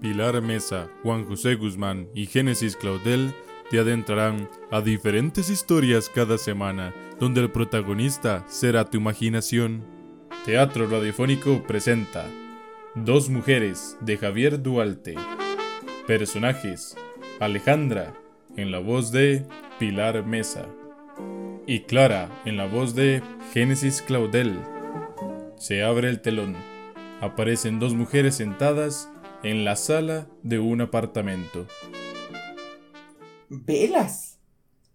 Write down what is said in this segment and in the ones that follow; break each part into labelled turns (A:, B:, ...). A: Pilar Mesa, Juan José Guzmán y Génesis Claudel te adentrarán a diferentes historias cada semana, donde el protagonista será tu imaginación. Teatro Radiofónico presenta Dos Mujeres de Javier Duarte. Personajes: Alejandra, en la voz de Pilar Mesa, y Clara, en la voz de Génesis Claudel. Se abre el telón. Aparecen dos mujeres sentadas en la sala de un apartamento.
B: Velas.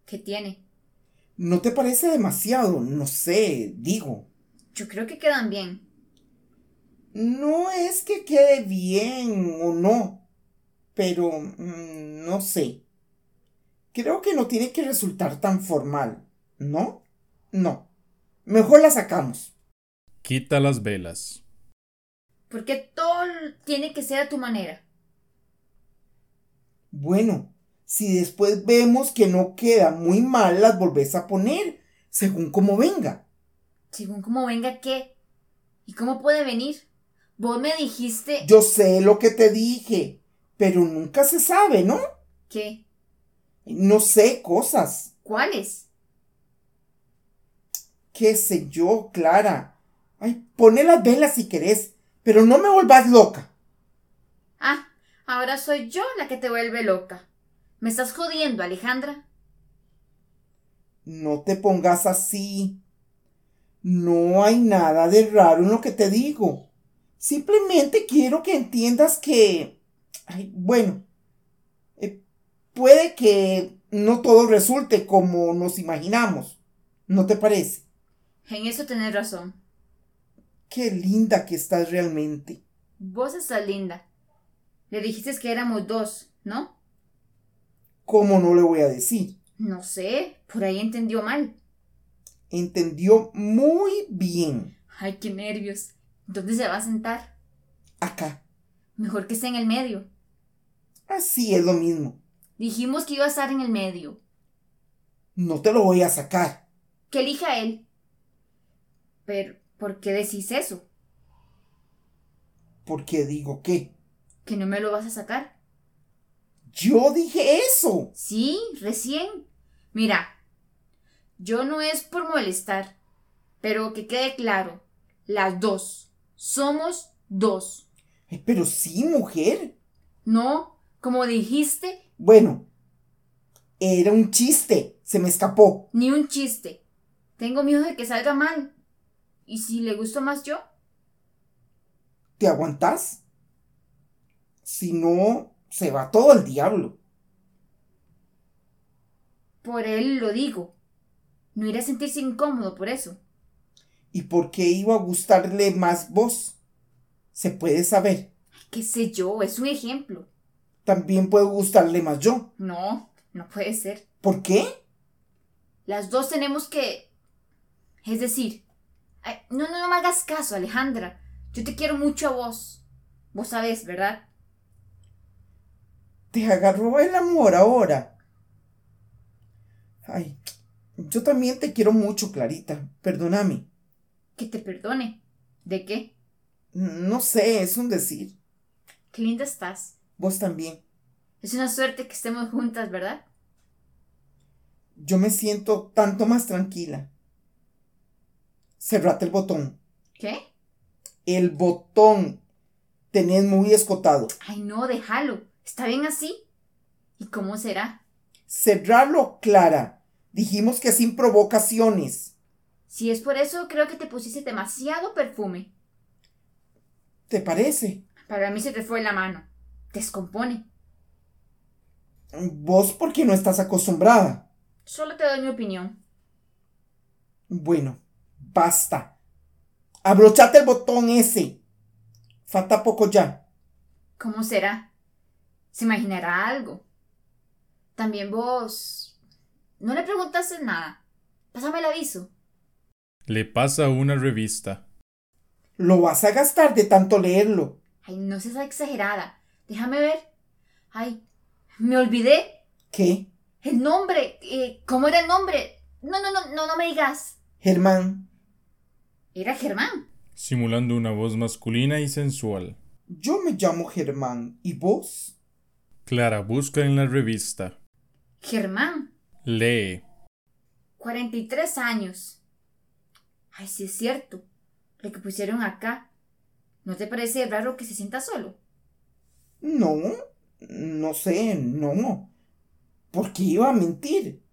C: ¿Qué tiene?
B: ¿No te parece demasiado? No sé, digo.
C: Yo creo que quedan bien.
B: No es que quede bien o no, pero mm, no sé. Creo que no tiene que resultar tan formal, ¿no? No. Mejor la sacamos.
A: Quita las velas.
C: Porque todo tiene que ser a tu manera.
B: Bueno, si después vemos que no queda muy mal, las volvés a poner, según como venga.
C: Según cómo venga qué. ¿Y cómo puede venir? Vos me dijiste
B: Yo sé lo que te dije, pero nunca se sabe, ¿no?
C: qué.
B: No sé cosas.
C: ¿Cuáles?
B: qué sé yo, Clara. Ay, pone las velas si querés, pero no me volvás loca.
C: Ah, ahora soy yo la que te vuelve loca. ¿Me estás jodiendo, Alejandra?
B: No te pongas así. No hay nada de raro en lo que te digo. Simplemente quiero que entiendas que... Ay, bueno. eh, puede que no todo resulte como nos imaginamos. ¿No te parece?
C: En eso tenés razón.
B: Qué linda que estás realmente.
C: Vos estás linda. Le dijiste que éramos dos, ¿no?
B: ¿Cómo no le voy a decir?
C: No sé, por ahí entendió mal.
B: Entendió muy bien.
C: Ay, qué nervios. ¿Dónde se va a sentar?
B: Acá.
C: Mejor que esté en el medio.
B: Así es lo mismo.
C: Dijimos que iba a estar en el medio.
B: No te lo voy a sacar.
C: Que elija él. Pero, ¿por qué decís eso?
B: Porque digo que
C: ¿Que no me lo vas a sacar?
B: yo dije eso.
C: Sí, recién. Mira, yo no es por molestar, pero que quede claro, las dos. Somos dos.
B: Ay, pero sí, mujer.
C: No, como dijiste,
B: Bueno, era un chiste. Se me escapó.
C: ni un chiste. Tengo miedo de que salga mal. ¿Y si le gusto más yo?
B: ¿Te aguantas? Si no, se va todo al diablo.
C: Por él lo digo. No iré a sentirse incómodo por eso.
B: ¿Y por qué iba a gustarle más vos? Se puede saber.
C: ¿Qué sé yo? Es un ejemplo.
B: También puedo gustarle más yo.
C: No, no puede ser.
B: ¿Por qué?
C: Las dos tenemos que... Es decir... ay, no, no, no me hagas caso, Alejandra. Yo te quiero mucho a vos. Vos sabés, ¿verdad?
B: Te agarró el amor ahora. Ay, yo también te quiero mucho, Clarita. Perdóname.
C: Que te perdone. ¿De qué?
B: No sé, es un decir.
C: Qué linda estás.
B: Vos también.
C: Es una suerte que estemos juntas, ¿verdad?
B: Yo me siento tanto más tranquila. Cerrate el botón.
C: ¿Qué?
B: El botón. Tenés muy escotado.
C: Ay, no, déjalo. Está bien así. ¿Y cómo será?
B: Cerrarlo, Clara. Dijimos que sin provocaciones.
C: Si es por eso, creo que te pusiste demasiado perfume.
B: ¿Te parece?
C: Para mí se te fue la mano. Descompone.
B: Vos porque no estás acostumbrada.
C: Solo te doy mi opinión.
B: Bueno, basta. Abrochate el botón ese. Falta poco ya.
C: ¿Cómo será? ¿Se imaginará algo? También vos... No le preguntaste nada. Pásame el aviso.
A: Le pasa una revista.
B: Lo vas a gastar de tanto leerlo.
C: Ay, no seas exagerada. Déjame ver. Ay, me olvidé.
B: ¿Qué?
C: El nombre. eh, ¿Cómo era el nombre? No, no, no, no, no me digas.
B: Germán,
C: Era Germán.
A: simulando una voz masculina y sensual.
B: Yo me llamo Germán. ¿Y vos?
A: Clara busca en la revista.
C: Germán,
A: Lee.
C: 43 años. Ay, sí es cierto. Lo que pusieron acá. ¿No te parece raro que se sienta solo?
B: No, no sé, no. ¿Por qué iba a mentir?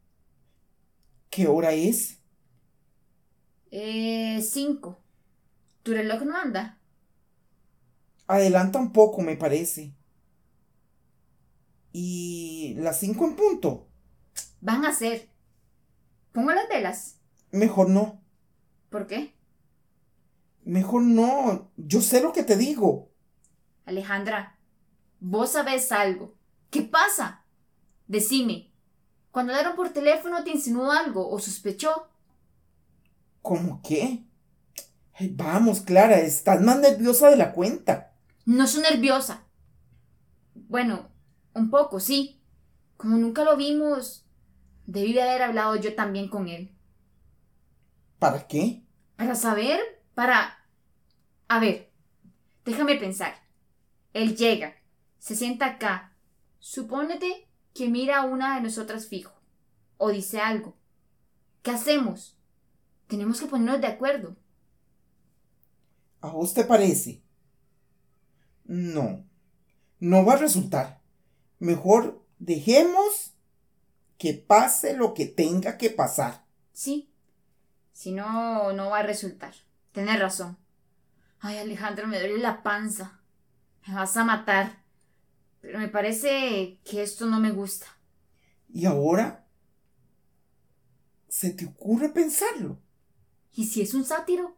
B: ¿Qué hora es?
C: Eh, 5. ¿Tu reloj no anda?
B: Adelanta un poco, me parece. ¿Y las cinco en punto?
C: Van a ser. Pongo las velas.
B: Mejor no.
C: ¿Por qué?
B: Mejor no. Yo sé lo que te digo.
C: Alejandra, vos sabés algo. ¿Qué pasa? Decime. Cuando hablaron por teléfono te insinuó algo o sospechó.
B: ¿Cómo qué? Ay, vamos, Clara, estás más nerviosa de la cuenta.
C: No soy nerviosa. Bueno, un poco, sí. Como nunca lo vimos, debí de haber hablado yo también con él.
B: ¿Para qué?
C: Para saber, para... A ver, déjame pensar. Él llega, se sienta acá. Supónete que mira a una de nosotras fijo. O dice algo. ¿Qué hacemos? Tenemos que ponernos de acuerdo.
B: ¿A vos te parece? No. No va a resultar. Mejor dejemos que pase lo que tenga que pasar.
C: Sí. Si no, no va a resultar. Tienes razón. Ay, Alejandro, me duele la panza. Me vas a matar. Pero me parece que esto no me gusta.
B: ¿Y ahora? ¿Se te ocurre pensarlo?
C: ¿Y si es un sátiro?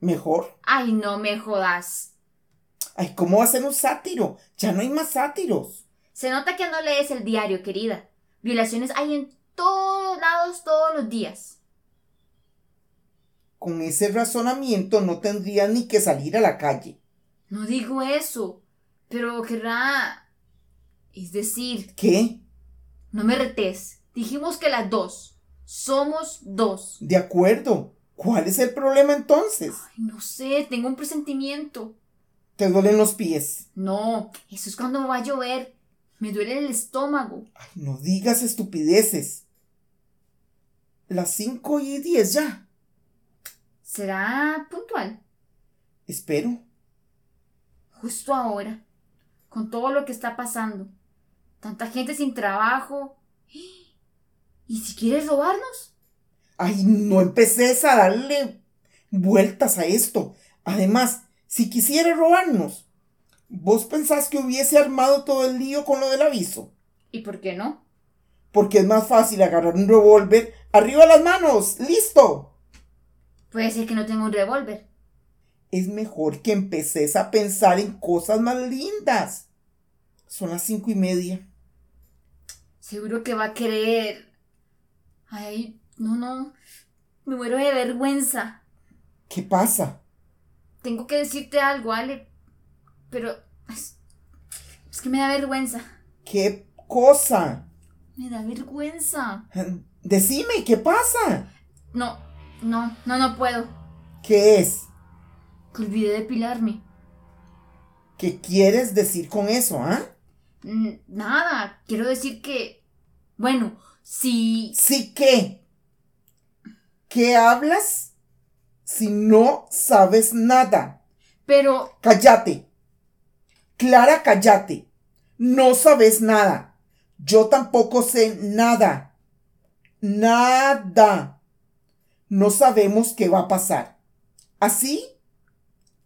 B: Mejor.
C: Ay, no me jodas.
B: Ay, ¿cómo va a ser un sátiro? Ya no hay más sátiros.
C: Se nota que no lees el diario, querida. Violaciones hay en todos lados todos los días.
B: Con ese razonamiento no tendría ni que salir a la calle.
C: No digo eso. Pero querrá... Es decir,
B: ¿Qué?
C: no me retes. Dijimos que las dos. Somos dos.
B: De acuerdo. ¿Cuál es el problema entonces?
C: Ay, no sé, tengo un presentimiento.
B: Te duelen los pies.
C: No, eso es cuando va a llover. Me duele el estómago.
B: Ay, no digas estupideces. Las 5 y 10 ya.
C: ¿Será puntual?
B: Espero.
C: Justo ahora, con todo lo que está pasando. Tanta gente sin trabajo. ¿Y si quieres robarnos?
B: Ay, no empeces a darle vueltas a esto. Además, si quisiera robarnos, ¿vos pensás que hubiese armado todo el lío con lo del aviso?
C: ¿Y por qué no?
B: Porque es más fácil agarrar un revólver arriba las manos. ¡Listo!
C: Puede ser que no tenga un revólver.
B: Es mejor que empeces a pensar en cosas más lindas. Son las cinco y media.
C: Seguro que va a querer. Ay, no, no. Me muero de vergüenza.
B: ¿Qué pasa?
C: Tengo que decirte algo, Ale. Pero. Es, es que me da vergüenza.
B: ¿Qué cosa?
C: Me da vergüenza.
B: Decime, ¿qué pasa?
C: No, no, no, no puedo.
B: ¿Qué es?
C: Que olvidé depilarme.
B: ¿Qué quieres decir con eso, ah?
C: Mm, Nada, quiero decir que. Bueno, si.
B: Sí que. ¿Qué hablas si no sabes nada?
C: Pero.
B: Cállate. Clara, cállate. No sabes nada. Yo tampoco sé nada. Nada. No sabemos qué va a pasar. Así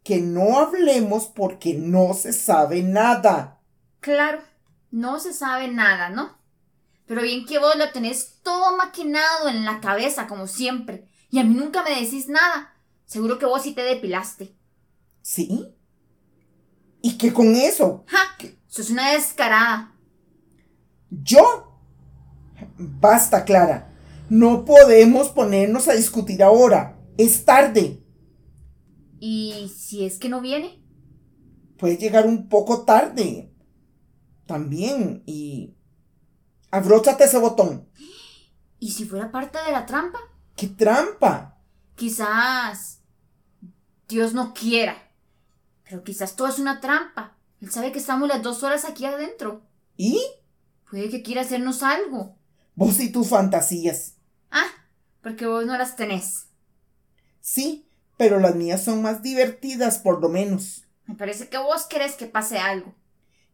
B: que no hablemos porque no se sabe nada.
C: Claro, no se sabe nada, ¿no? Pero bien que vos lo tenés todo maquinado en la cabeza, como siempre. Y a mí nunca me decís nada. Seguro que vos sí te depilaste.
B: ¿Sí? ¿Y qué con eso?
C: ¡Ja! Sos una descarada.
B: ¿Yo? Basta, Clara. No podemos ponernos a discutir ahora. Es tarde.
C: ¿Y si es que no viene?
B: Puede llegar un poco tarde. También. Y... Abróchate ese botón.
C: ¿Y si fuera parte de la trampa?
B: ¡Qué trampa!
C: Quizás. Dios no quiera. Pero quizás todo es una trampa. Él sabe que estamos las dos horas aquí adentro.
B: ¿Y?
C: Puede que quiera hacernos algo.
B: Vos y tus fantasías.
C: Ah, porque vos no las tenés.
B: Sí, pero las mías son más divertidas por lo menos.
C: Me parece que vos querés que pase algo.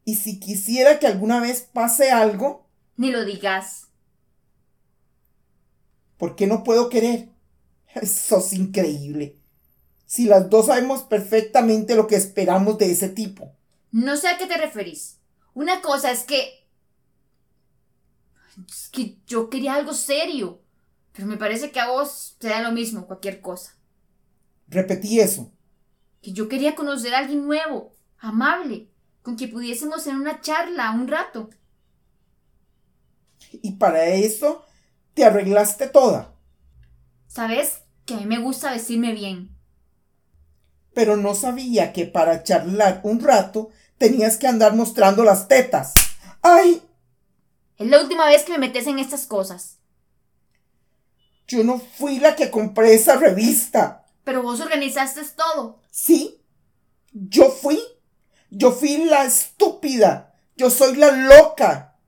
B: Y si quisiera que alguna vez pase algo,
C: Ni lo digas.
B: ¿por qué no puedo querer? Eso es increíble. Si las dos sabemos perfectamente lo que esperamos de ese tipo.
C: No sé a qué te referís. Una cosa es que... Es que yo quería algo serio. Pero me parece que a vos te da lo mismo cualquier cosa.
B: Repetí eso.
C: Que yo quería conocer a alguien nuevo, amable, con quien pudiésemos tener una charla un rato.
B: Y para eso te arreglaste toda.
C: ¿Sabes? Que a mí me gusta vestirme bien.
B: Pero no sabía que para charlar un rato tenías que andar mostrando las tetas. ¡Ay!
C: Es la última vez que me metes en estas cosas.
B: Yo no fui la que compré esa revista.
C: Pero vos organizaste todo.
B: Sí, yo fui. Yo fui la estúpida. Yo soy la loca.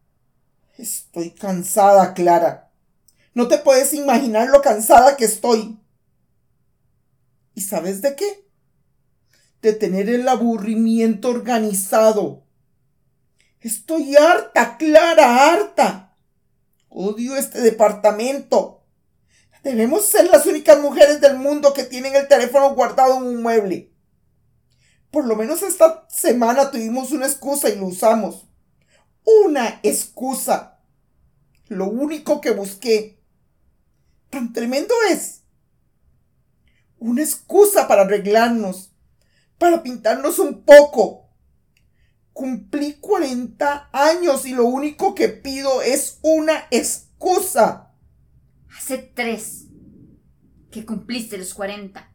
B: Estoy cansada, Clara. No te puedes imaginar lo cansada que estoy. ¿Y sabes de qué? De tener el aburrimiento organizado. Estoy harta, Clara, harta. Odio este departamento. Debemos ser las únicas mujeres del mundo que tienen el teléfono guardado en un mueble. Por lo menos esta semana tuvimos una excusa y lo usamos. Una excusa. Lo único que busqué. Tan tremendo es. Una excusa para arreglarnos, para pintarnos un poco. Cumplí 40 años y lo único que pido es una excusa.
C: Hace tres que cumpliste los 40.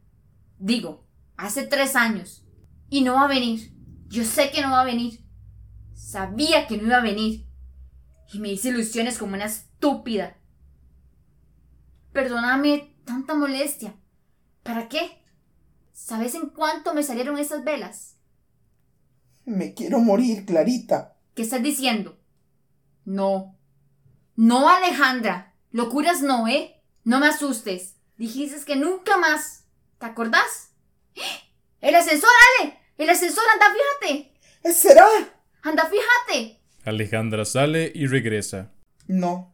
C: Digo, hace tres años. Y no va a venir. Yo sé que no va a venir. Sabía que no iba a venir. Y me hice ilusiones como una estúpida. Perdóname tanta molestia. ¿Para qué? ¿Sabes en cuánto me salieron esas velas?
B: Me quiero morir, Clarita.
C: ¿Qué estás diciendo? No. No, Alejandra. Locuras no, ¿eh? No me asustes. Dijiste que nunca más. ¿Te acordás? ¡Ah! ¡El ascensor, Ale! ¡El ascensor! ¡Anda, fíjate!
B: ¿Eh, ¿Será?
C: ¡Anda, fíjate!
A: Alejandra sale y regresa.
B: No.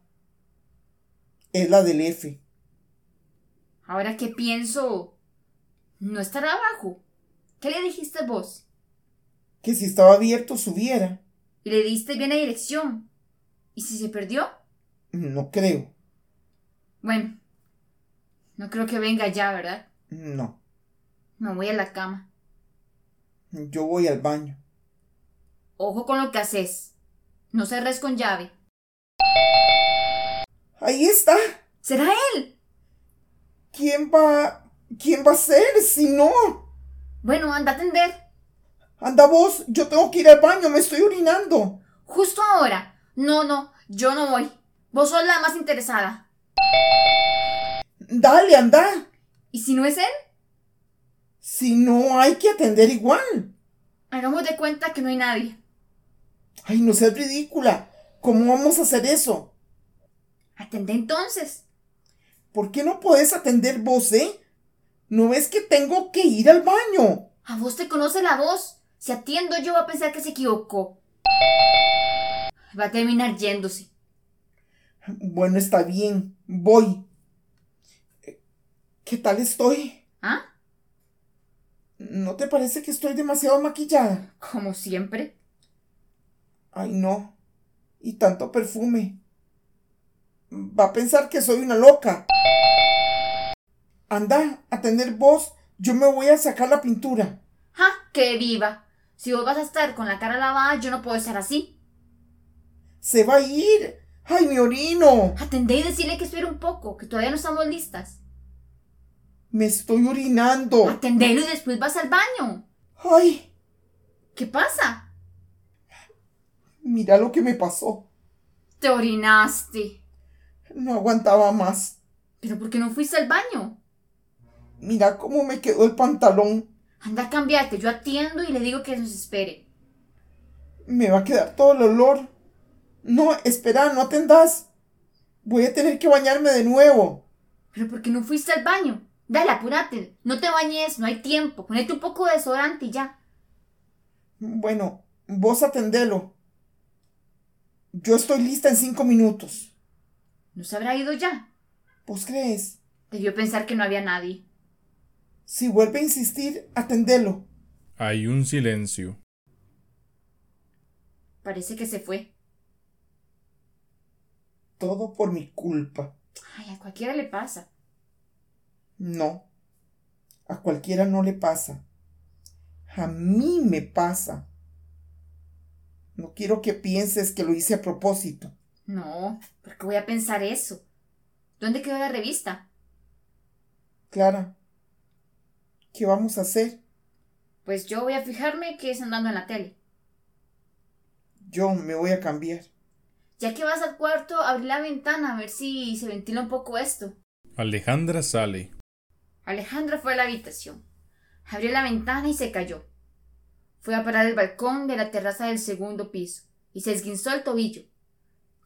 B: Es la del F.
C: Ahora que pienso... No estará abajo. ¿Qué le dijiste vos?
B: Que si estaba abierto subiera.
C: Y le diste bien la dirección. ¿Y si se perdió?
B: No creo.
C: Bueno. No creo que venga ya, ¿verdad?
B: No.
C: Me voy a la cama.
B: Yo voy al baño.
C: Ojo con lo que haces. No cerres con llave.
B: Ahí está.
C: ¿Será él?
B: ¿Quién va? ¿Quién va a ser? Si no.
C: Bueno, anda a atender.
B: Anda vos. Yo tengo que ir al baño. Me estoy orinando.
C: Justo ahora. No, no, yo no voy. Vos sos la más interesada.
B: Dale, anda.
C: ¿Y si no es él?
B: Si no, hay que atender igual.
C: Hagamos de cuenta que no hay nadie.
B: Ay, no seas ridícula. ¿Cómo vamos a hacer eso?
C: Atende entonces.
B: ¿Por qué no podés atender vos, eh? ¿No ves que tengo que ir al baño?
C: A vos te conoce la voz. Si atiendo yo va a pensar que se equivocó. Va a terminar yéndose.
B: Bueno, está bien, voy. Eh, ¿Qué tal estoy?
C: ¿Ah?
B: ¿No te parece que estoy demasiado maquillada?
C: Como siempre.
B: Ay, no. Y tanto perfume. Va a pensar que soy una loca. Anda, atender vos. Yo me voy a sacar la pintura.
C: ¡Ja! ¡Ah, ¡Qué viva! Si vos vas a estar con la cara lavada, yo no puedo estar así.
B: Se va a ir. Ay, mi orino.
C: Atendé y decirle que espere un poco, que todavía no estamos listas.
B: Me estoy orinando.
C: Atendelo y después vas al baño.
B: Ay,
C: ¿Qué pasa?
B: mira lo que me pasó.
C: Te orinaste.
B: No aguantaba más.
C: ¿Pero por qué no fuiste al baño?
B: Mira cómo me quedó el pantalón.
C: Anda, cambiate. Yo atiendo y le digo que nos espere.
B: Me va a quedar todo el olor. No, espera, no atendas. Voy a tener que bañarme de nuevo.
C: Pero ¿por qué no fuiste al baño? Dale, apúrate. No te bañes, no hay tiempo. Ponete un poco de desodorante y ya.
B: Bueno, vos atendelo. Yo estoy lista en cinco minutos.
C: ¿No se habrá ido ya?
B: ¿Vos crees?
C: Debió pensar que no había nadie.
B: Si vuelve a insistir, atendelo.
A: Hay un silencio.
C: Parece que se fue.
B: Todo por mi culpa.
C: Ay, a cualquiera le pasa.
B: No. A cualquiera no le pasa. A mí me pasa. No quiero que pienses que lo hice a propósito.
C: No, porque voy a pensar eso. ¿Dónde quedó la revista?
B: Clara, ¿qué vamos a hacer?
C: Pues yo voy a fijarme que es andando en la tele.
B: Yo me voy a cambiar.
C: Ya que vas al cuarto, abrí la ventana a ver si se ventila un poco esto.
A: Alejandra sale.
C: Alejandra fue a la habitación. Abrió la ventana y se cayó. Fue a parar el balcón de la terraza del segundo piso y se esguinzó el tobillo.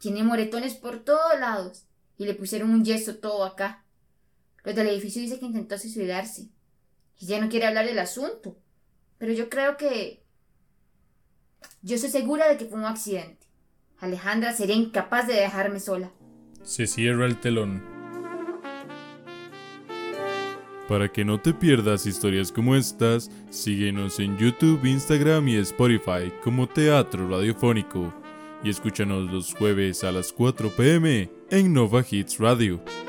C: Tiene moretones por todos lados y le pusieron un yeso todo acá. Los del edificio dicen que intentó suicidarse. Ella no quiere hablar del asunto, pero yo creo que... Yo estoy segura de que fue un accidente. Alejandra sería incapaz de dejarme sola.
A: Se cierra el telón. Para que no te pierdas historias como estas, síguenos en YouTube, Instagram y Spotify como Teatro Radiofónico. Y escúchanos los jueves a las 4 pm en Nova Hits Radio.